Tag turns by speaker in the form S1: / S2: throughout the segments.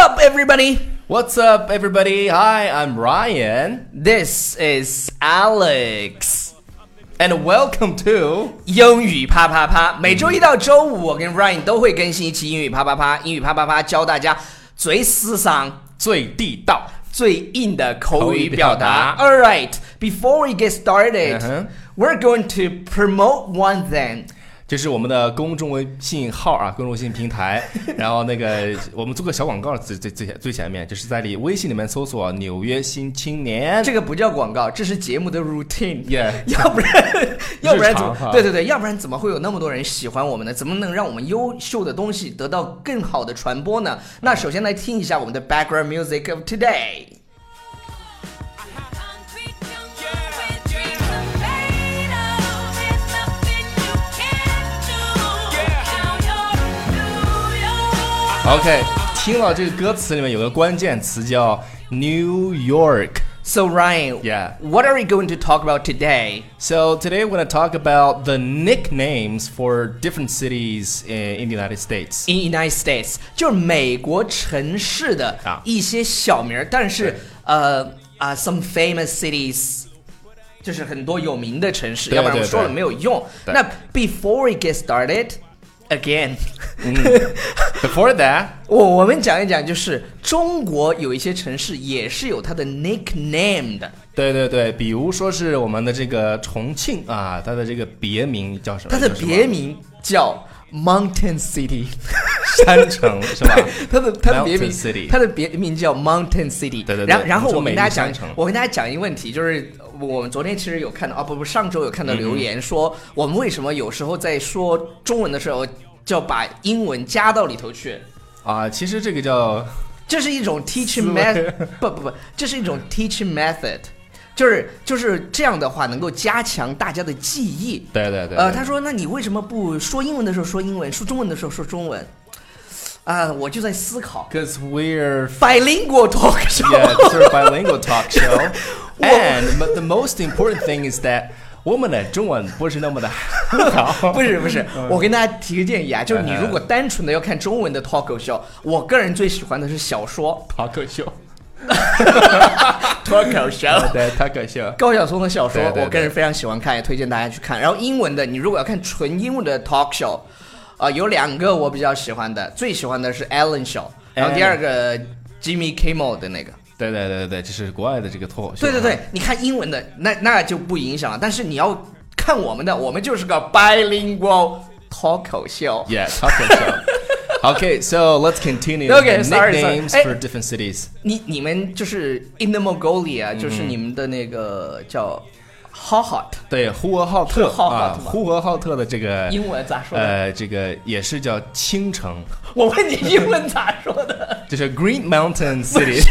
S1: up, everybody?
S2: What's up, everybody? Hi, I'm Ryan,
S1: This is Alex.
S2: and welcome to
S1: 英语啪啪啪，每周一到周五，我跟 Ryan 都会更新一期英语啪啪啪。英语啪啪啪教大家最时尚、
S2: 最地道。
S1: 最硬的口语表达。
S2: 口
S1: All right, before we get started,、
S2: 嗯哼
S1: we're going to promote one thing.
S2: 这是我们的公众微信号啊， 公众微信平台。然后那个，我们做个小广告，最最最最前面，就是在里微信里面搜索“纽约新青年
S1: 这个不叫广告，这是节目的 routine。
S2: Yeah
S1: 要不然，要不然怎
S2: 日常哈
S1: 么？对对对，要不然怎么会有那么多人喜欢我们呢？怎么能让我们优秀的东西得到更好的传播呢？那首先来听一下我们的 background music of today。
S3: Concrete jungle with dreams of made of. There's nothing you can't do. Now you're in New York. ”。
S2: OK，听到这个歌词里面有个关键词叫 New York。
S1: So Ryan,
S2: Yeah.
S1: what are we going to talk about today?
S2: So today we're going to talk about the nicknames for different cities in, in the United States.
S1: In United States，就是美国城市的
S2: 啊
S1: 一些小名儿，但是
S2: 对
S1: 呃啊，some famous cities。就是很多有名的城市，
S2: 对
S1: 要不然我
S2: 对
S1: 说了
S2: 对
S1: 没有用。
S2: 对
S1: 那 before we get started again，
S2: Before that,
S1: 我我们讲一讲，就是中国有一些城市也是有它的 nickname 的，
S2: 对对对，比如说是我们的这个重庆啊，它的这个别名叫什么？
S1: 它的
S2: 叫什么
S1: 别名叫 Mountain City，
S2: 山城是吧？
S1: 它的它的别
S2: Mountain City
S1: 名，它的别名叫 Mountain City。
S2: 对对对
S1: 然然后
S2: 我们说
S1: 我
S2: 美
S1: 跟
S2: 丽
S1: 大家
S2: 山城
S1: 讲，我跟大家讲一个问题，就是我们昨天其实有看到，啊不不，上周有看到留
S2: 嗯
S1: 言说，我们为什么有时候在说中文的时候，就要把英文加到里头去？
S2: 啊，其实这个叫
S1: 这是一种 teach
S2: 思维
S1: method，不不不，这是一种 teach method，就是就是这样的话能够加强大家的记忆。
S2: 对对对
S1: 呃，
S2: 对
S1: 他说，那你为什么不说英文的时候说英文，说中文的时候说中文？啊、我就在思考
S2: Cause we're
S1: bilingual talk show。
S2: yeah, sort of bilingual talk show,
S1: 我
S2: and but the most important thing is that 我们的中文不是那么的 好。
S1: 不是不 是，我跟大家提个建议啊，就是你
S2: 嗯
S1: 如果单纯的要看中文的脱口秀，我个人最喜欢的是小说
S2: 脱口秀，
S1: 脱口秀
S2: 对脱口秀，
S1: 高晓松的小说
S2: 对对，对
S1: 我个人非常喜欢看，也推荐大家去看。然后英文的，你如果要看纯英文的 talk show，呃，有两个我比较喜欢的，最喜欢的是 Ellen Show，然后第二个 Jimmy Kimmel 的那个。
S2: 对对对对对，这是国外的这个脱口秀。
S1: 对对对，你看英文的那那就不影响了，但是你要看我们的，我们就是个 bilingual 脱口秀。
S2: ，yeah，脱 口秀。Okay, so let's continue.
S1: Okay,
S2: the
S1: sorry, sorry.
S2: nicknames
S1: 哎
S2: for different cities.
S1: 你你们就是 Inner Mongolia，就是
S2: 嗯
S1: 你们的那个叫 Hot Hot，
S2: 对，呼和浩特
S1: 呼和浩特
S2: 啊，
S1: 嘛
S2: 呼和浩特的这个
S1: 英文咋说的？
S2: 哎呃，这个也是叫青城，
S1: 我问你英文咋说的？
S2: 就是 Green Mountain City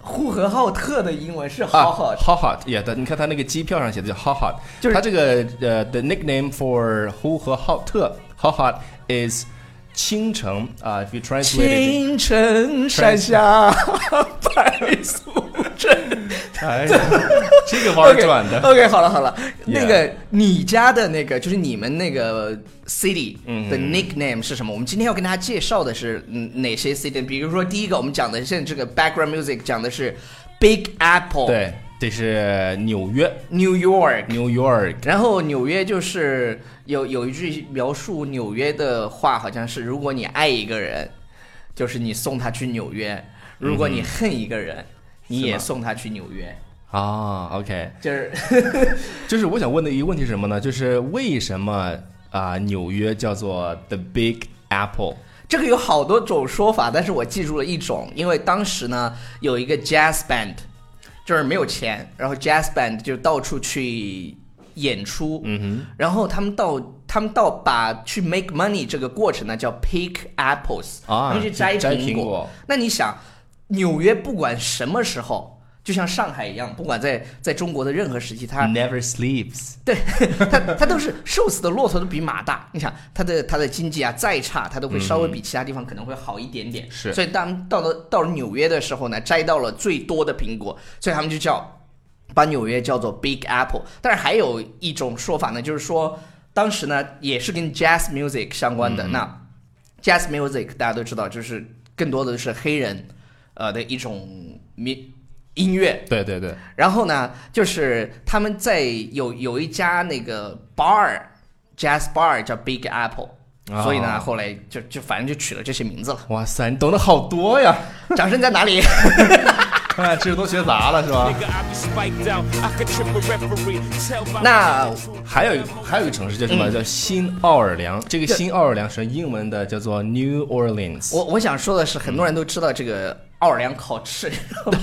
S1: 呼和浩特的英文是
S2: 啊
S1: Hot Hot，
S2: ，Hot Hot，也的，你看它那个机票上写的叫 Hot Hot，
S1: 就是
S2: 它这个呃，the nickname for 呼和浩特 Hot Hot is 青城啊、i f you translate it，
S1: 青城山下白素贞。
S2: 哎 呀，这个玩
S1: OK，
S2: 转的
S1: OK，好了好了，
S2: Yeah
S1: 那个你家的那个就是你们那个 city 的 nickname 是什么？我们今天要跟大家介绍的是嗯哪些 city？比如说第一个我们讲的现在这个 background music 讲的是 Big Apple，
S2: 对，这是纽约
S1: ，New York。
S2: New York，
S1: 然后纽约就是有有一句描述纽约的话，好像是如果你爱一个人，就是你送他去纽约；如果你恨一个人，你
S2: 嗯是
S1: 也
S2: 吗
S1: 送他去纽约。
S2: 啊，OK，
S1: 就是
S2: 就是我想问的一个问题是什么呢？就是为什么啊、纽约叫做 The Big Apple？
S1: 这个有好多种说法，但是我记住了一种，因为当时呢有一个 jazz band，就是没有钱，然后 jazz band 就到处去演出，嗯哼，然后他们到他们到把去 make money 这个过程呢叫 pick apples，
S2: 啊
S1: 他们去摘
S2: 摘
S1: 苹
S2: 苹果
S1: 那你想，纽约不管什么时候，就像上海一样，不管在在中国的任何时期，它
S2: Never sleeps。
S1: 对他，他都是瘦死的骆驼都比马大。你想他的他的经济啊再差，他都会稍微比其他地方可能会好一点点。
S2: 是
S1: 所以当到了到了纽约的时候呢，摘到了最多的苹果，所以他们就叫把纽约叫做 Big Apple。但是还有一种说法呢，就是说当时呢也是跟 Jazz Music 相关的。那 Jazz Music 大家都知道，就是更多的是黑人，呃的一种民音乐。
S2: 对对对，
S1: 然后呢，就是他们在有有一家那个 bar jazz bar 叫 Big Apple，、
S2: 啊
S1: 所以呢，后来就就反正就取了这些名字了。
S2: 哇塞，你懂得好多呀！
S1: 掌声在哪 里？
S2: 哎，这都学杂了是吧？
S1: 那
S2: 还有一还有一个城市叫什
S1: 嗯
S2: 么？叫新奥尔良。这个
S1: 这
S2: 新奥尔良是英文的，叫做 New Orleans。
S1: 我我想说的是，很多人都知道这个奥尔良烤翅，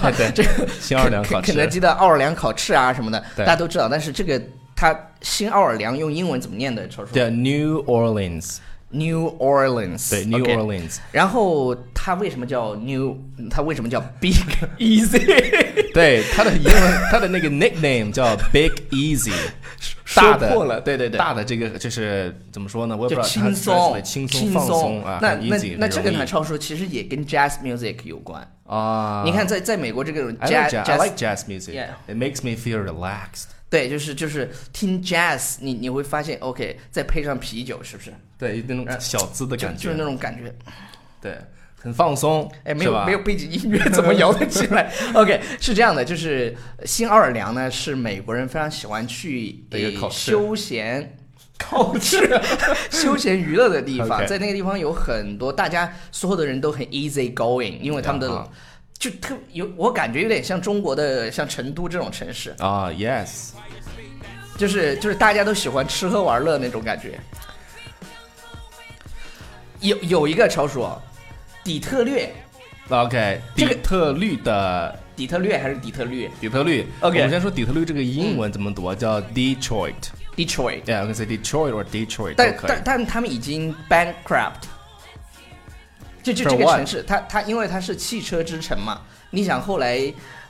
S2: 哎对，
S1: 这个
S2: 新奥尔良
S1: 肯
S2: 烤
S1: 肯德
S2: 翅。
S1: 基的奥尔良烤翅啊什么的，
S2: 对
S1: 大家都知道。但是这个它新奥尔良用英文怎么念的？超叔
S2: 叫 New Orleans，
S1: New Orleans，
S2: 对 New
S1: OK
S2: Orleans，
S1: 然后它为什么叫 New？它为什么叫 Big Easy？
S2: 对它的英文， 它的那个 nickname 叫 Big Easy，大的
S1: 说破了对对对
S2: 大的这个就是怎么说呢？我也不知
S1: 就
S2: 道它
S1: 轻松，松，
S2: 轻放松啊，
S1: 那
S2: 很
S1: 那
S2: easy，
S1: 那这个
S2: 很容
S1: 呢，
S2: 易
S1: 超叔其实也跟 Jazz music 有关。
S2: 啊，
S1: 你看，在在美国这个种
S2: I like
S1: Jazz
S2: jazz, I
S1: Jazz
S2: like jazz music.
S1: Yeah.
S2: It makes me feel relaxed.
S1: 对，就是就是听 jazz，你你会发现，OK，再配上啤酒，是不是？
S2: 对，那种小资的
S1: 呃就
S2: 感觉，
S1: 就是那种感觉，
S2: 对，很放松，
S1: 哎，没
S2: 是吧
S1: 有没有，背景音乐怎么摇得起 来？OK，是这样的，就是新奥尔良呢是美国人非常喜欢去
S2: 的一个
S1: 呃
S2: 考试
S1: 休闲。 考试、休闲娱乐的地方，
S2: OK
S1: 在那个地方有很多，大家所有的人都很 easy going，因为他们
S2: 呀
S1: 的
S2: 啊哈
S1: 就特有，我感觉有点像中国的像成都这种城市，
S2: 啊，yes，
S1: 就是就是大家都喜欢吃喝玩乐那种感觉。有有一个超叔，底特律，
S2: OK，
S1: 这
S2: 底
S1: 个
S2: 特律的
S1: 底特律还是底特律
S2: 底特律
S1: OK
S2: 我们先说底特律这个英文怎么读啊，叫 Detroit。
S1: ，Detroit。
S2: Yeah, I can say Detroit or Detroit
S1: 但
S2: 都可以
S1: 但。但他们已经 bankrupt，就就
S2: For
S1: 这个
S2: what？
S1: 城市，它它因为它是汽车之城嘛，你想后来，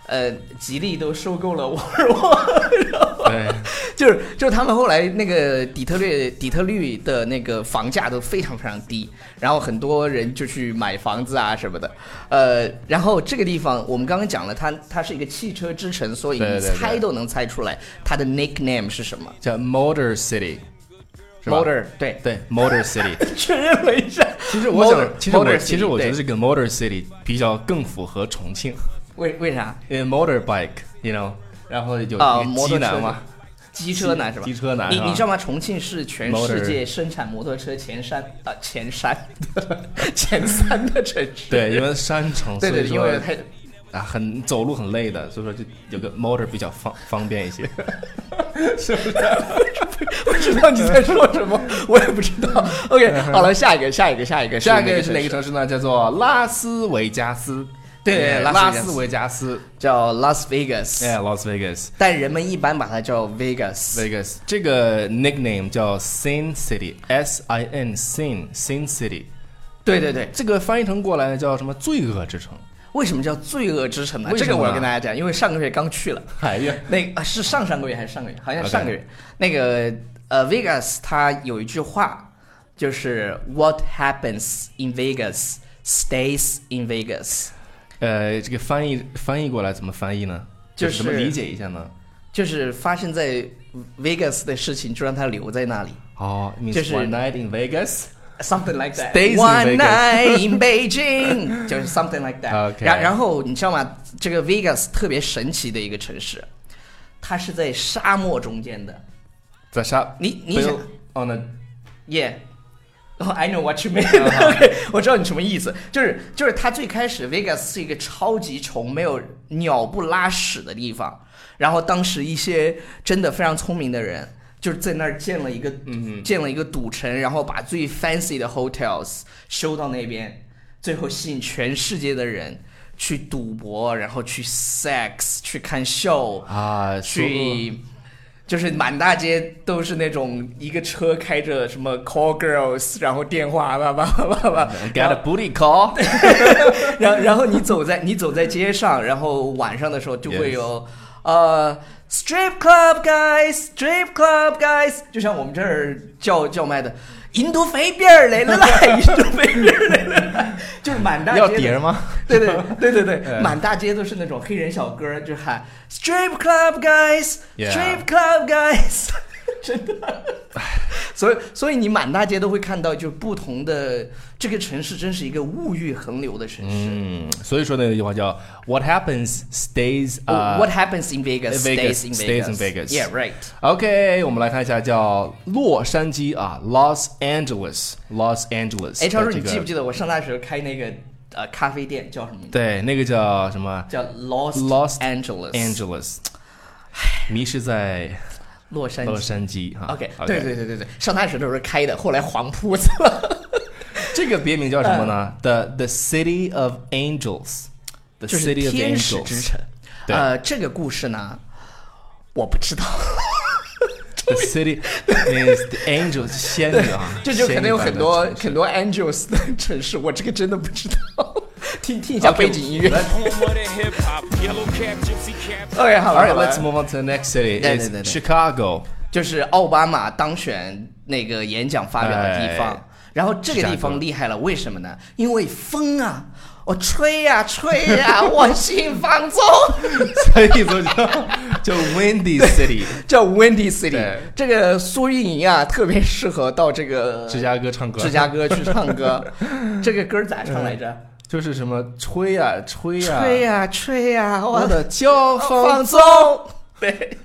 S1: 呃，吉利都收购了沃尔沃，
S2: 对，
S1: 就是就是他们后来那个底特律底特律的那个房价都非常非常低，然后很多人就去买房子啊什么的，呃，然后这个地方我们刚刚讲了，它它是一个汽车之城，所以
S2: 对
S1: 你
S2: 对对
S1: 猜都能猜出来它的 nickname 是什么
S2: 叫 Motor City，是吧
S1: ，motor 对。
S2: 对 Motor City。
S1: 确认了一下，
S2: 其实我
S1: Motor-
S2: 想，其实我
S1: Motor
S2: 其实
S1: City，
S2: 我觉得
S1: 对
S2: 这个 Motor City 比较更符合重庆，
S1: 为为啥
S2: 因为 motorbike，you know，然后有一
S1: 啊？
S2: 个
S1: 摩
S2: 机
S1: 托车
S2: 男嘛，
S1: 机车男是吧？
S2: 机车男
S1: 你
S2: 啊
S1: 你知道吗？重庆是全
S2: Motor
S1: 世界生产摩托车前山啊前山 前三的城市。
S2: 对，因为山城，
S1: 对
S2: 所以
S1: 对，因为
S2: 说
S1: 它
S2: 啊，很走路很累的，所以说就有个 motor 比较方方便一些。
S1: 不知道你在说什么，我也不知道。OK，好 了，下一个下一个下一个
S2: 下一个是
S1: 哪
S2: 哪个城市呢？叫做拉斯维加斯。
S1: 对对
S2: 哎
S1: 拉斯
S2: 拉
S1: 维加斯
S2: 斯维加斯，
S1: 叫 Las Vegas，、
S2: 哎，Las Vegas。
S1: 但人们一般把它叫 Vegas。
S2: Vegas 这个 nickname 叫 Sin City，S I N Sin Sin City，
S1: 对对对，
S2: 这个翻译成过来呢叫什么？罪恶之城。
S1: 为什么叫罪恶之城呢？
S2: 为什
S1: 这
S2: 么呢啊
S1: 个我要跟大家讲，因为上个月刚去了。
S2: 哎呀，
S1: 那个、啊、是上上个月还是上个月？好像
S2: OK
S1: 上个月。那个呃，Vegas 它有一句话，就是 "What happens in Vegas stays in Vegas"，
S2: 呃，这个翻译翻译过来怎么翻译呢？
S1: 就是
S2: 怎么理解一下呢？
S1: 就是发生在 Vegas 的事情就让它留在那里。
S2: 哦，
S1: 就
S2: means
S1: 是
S2: one night in Vegas。
S1: Something like that.
S2: Stays in
S1: One
S2: Vegas.
S1: night in Beijing，就是 something like that.
S2: OK
S1: 然然后你知道吗？这个 Vegas 特别神奇的一个城市，它是在沙漠中间的。
S2: 在啥？
S1: 你你想
S2: built on a
S1: Yeah. Oh, I know what you mean. OK，我知道你什么意思，就是就是它最开始 Vegas 是一个超级穷、没有鸟不拉屎的地方，然后当时一些真的非常聪明的人。就是在那儿建了一个，建了一个赌城，然后把最 fancy 的 hotels 修到那边，最后吸引全世界的人去赌博，然后去 sex，去看 show，
S2: 啊，说
S1: 去，就是满大街都是那种一个车开着什么 call girls，然后电话叭叭叭叭，
S2: 嗯 Got
S1: 然
S2: a
S1: 后
S2: booty call
S1: 然后然后你走在你走在街上，然后晚上的时候就会
S2: Yes
S1: 有呃 strip club guys，strip club guys，就像我们这儿叫叫卖的。印度肥边儿来了啦！ 印度肥边儿来了啦，就是满大街
S2: 要
S1: 都
S2: 碟儿吗？
S1: 对对对对对，
S2: 嗯
S1: 满大街都是那种黑人小哥，就喊 strip club guys，strip
S2: Yeah
S1: club guys，真的。所以所以你满大街都会看到，就不同的这个城市真是一个物欲横流的城市。
S2: 嗯，所以说呢，那句话叫 “What happens stays”、uh,
S1: Oh, What happens in
S2: in
S1: Vegas
S2: 呃 Vegas,
S1: stays in
S2: stays
S1: Vegas.
S2: in Vegas.
S1: Yeah, right.
S2: OK，我们来看一下叫洛杉矶啊，Los Angeles，Los Angeles
S1: 哎，
S2: 的这个。
S1: 超叔，你记不记得我上大学开那个呃咖啡店叫什么名字？
S2: 对，那个叫什么
S1: 叫 Los
S2: Los
S1: Angeles
S2: Angeles，迷失在
S1: 洛杉
S2: 洛
S1: 矶。
S2: 杉矶哈。
S1: OK，对对对对对，上大学的时候开的，后来黄铺子了，
S2: 这个别名叫什么呢？The The City of Angels，The
S1: 就是
S2: City of
S1: 天使之
S2: Angels，The
S1: 城。
S2: 对
S1: 呃，这个故事呢，我不 知道，
S2: City means the angels 仙女啊，
S1: 这 就可能有很多
S2: 仙女般的城
S1: 很
S2: 市
S1: 多 Angels 的城市，我这个真的不知道。 听听一下
S2: OK，
S1: 背景音乐。
S4: Home of the hip hop, yellow cap, gypsy cap.
S1: OK，好
S2: All
S1: 了，
S2: right,
S1: 好了
S2: let's move on to the next city.
S1: 对对对
S2: It's
S1: 对
S2: Chicago.
S1: 就是奥巴马当选那个演讲发表的地方。
S2: 哎
S1: 然后这个地
S2: 芝加哥
S1: 方厉害了，为什么呢？因为风啊，我吹呀、吹呀、我心放 纵。
S2: 所以说叫叫 Windy City，
S1: 叫 Windy City，
S2: 对
S1: 这个苏运莹啊，特别适合到这个
S2: 芝加哥唱歌，
S1: 芝加哥去唱歌。 嗯这个歌儿咋唱来着？
S2: 就是什么吹呀、吹呀、
S1: 吹呀、吹呀、
S2: 我
S1: 啊我
S2: 的脚放
S1: 放纵。 对。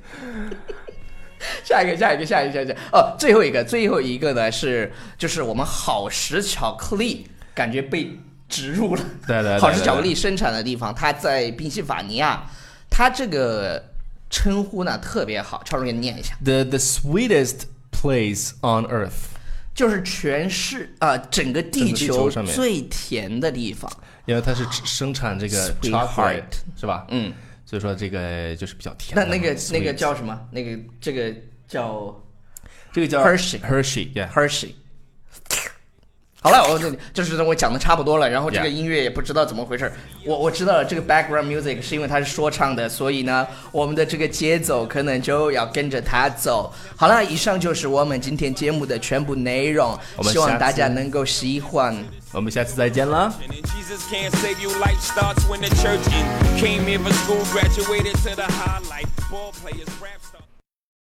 S1: 下一个，下一个，下一个，下一个。哦，最后一个，最后一个呢是，就是我们好时巧克力感觉被植入了。
S2: 对对对对
S1: 好时巧克力生产的地方，它在宾夕法尼亚，它这个称呼呢特别好，超叔给你念一下，
S2: the the sweetest place on earth，
S1: 就是全市啊、整个地
S2: 整个地
S1: 球
S2: 球上面
S1: 最甜的地方。
S2: 因为它是只生产这个
S1: Sweetheart
S2: chocolate 是吧？
S1: 嗯，
S2: 所以说这个就是比较甜
S1: 那
S2: 的嘛。
S1: 那个
S2: sweet
S1: 那个叫什么？那个这个叫
S2: 这个叫
S1: Hershey
S2: Hershey，yeah。
S1: Hershey。好了，我这就是我讲的差不多了，然后这个
S2: Yeah.
S1: 音乐也不知道怎么回事儿我我知道了，这个 background music 是因为它是说唱的，所以呢，我们的这个节奏可能就要跟着它走。好了，以上就是我们今天节目的全部内容，
S2: 我们
S1: 希望
S2: 下
S1: 大
S2: 次
S1: 家能够喜欢。
S2: 我们下次再见啦。
S4: And Jesus can't save you. Life starts when the church in. Came here for school, graduated to the high life. Ball players, rap stars.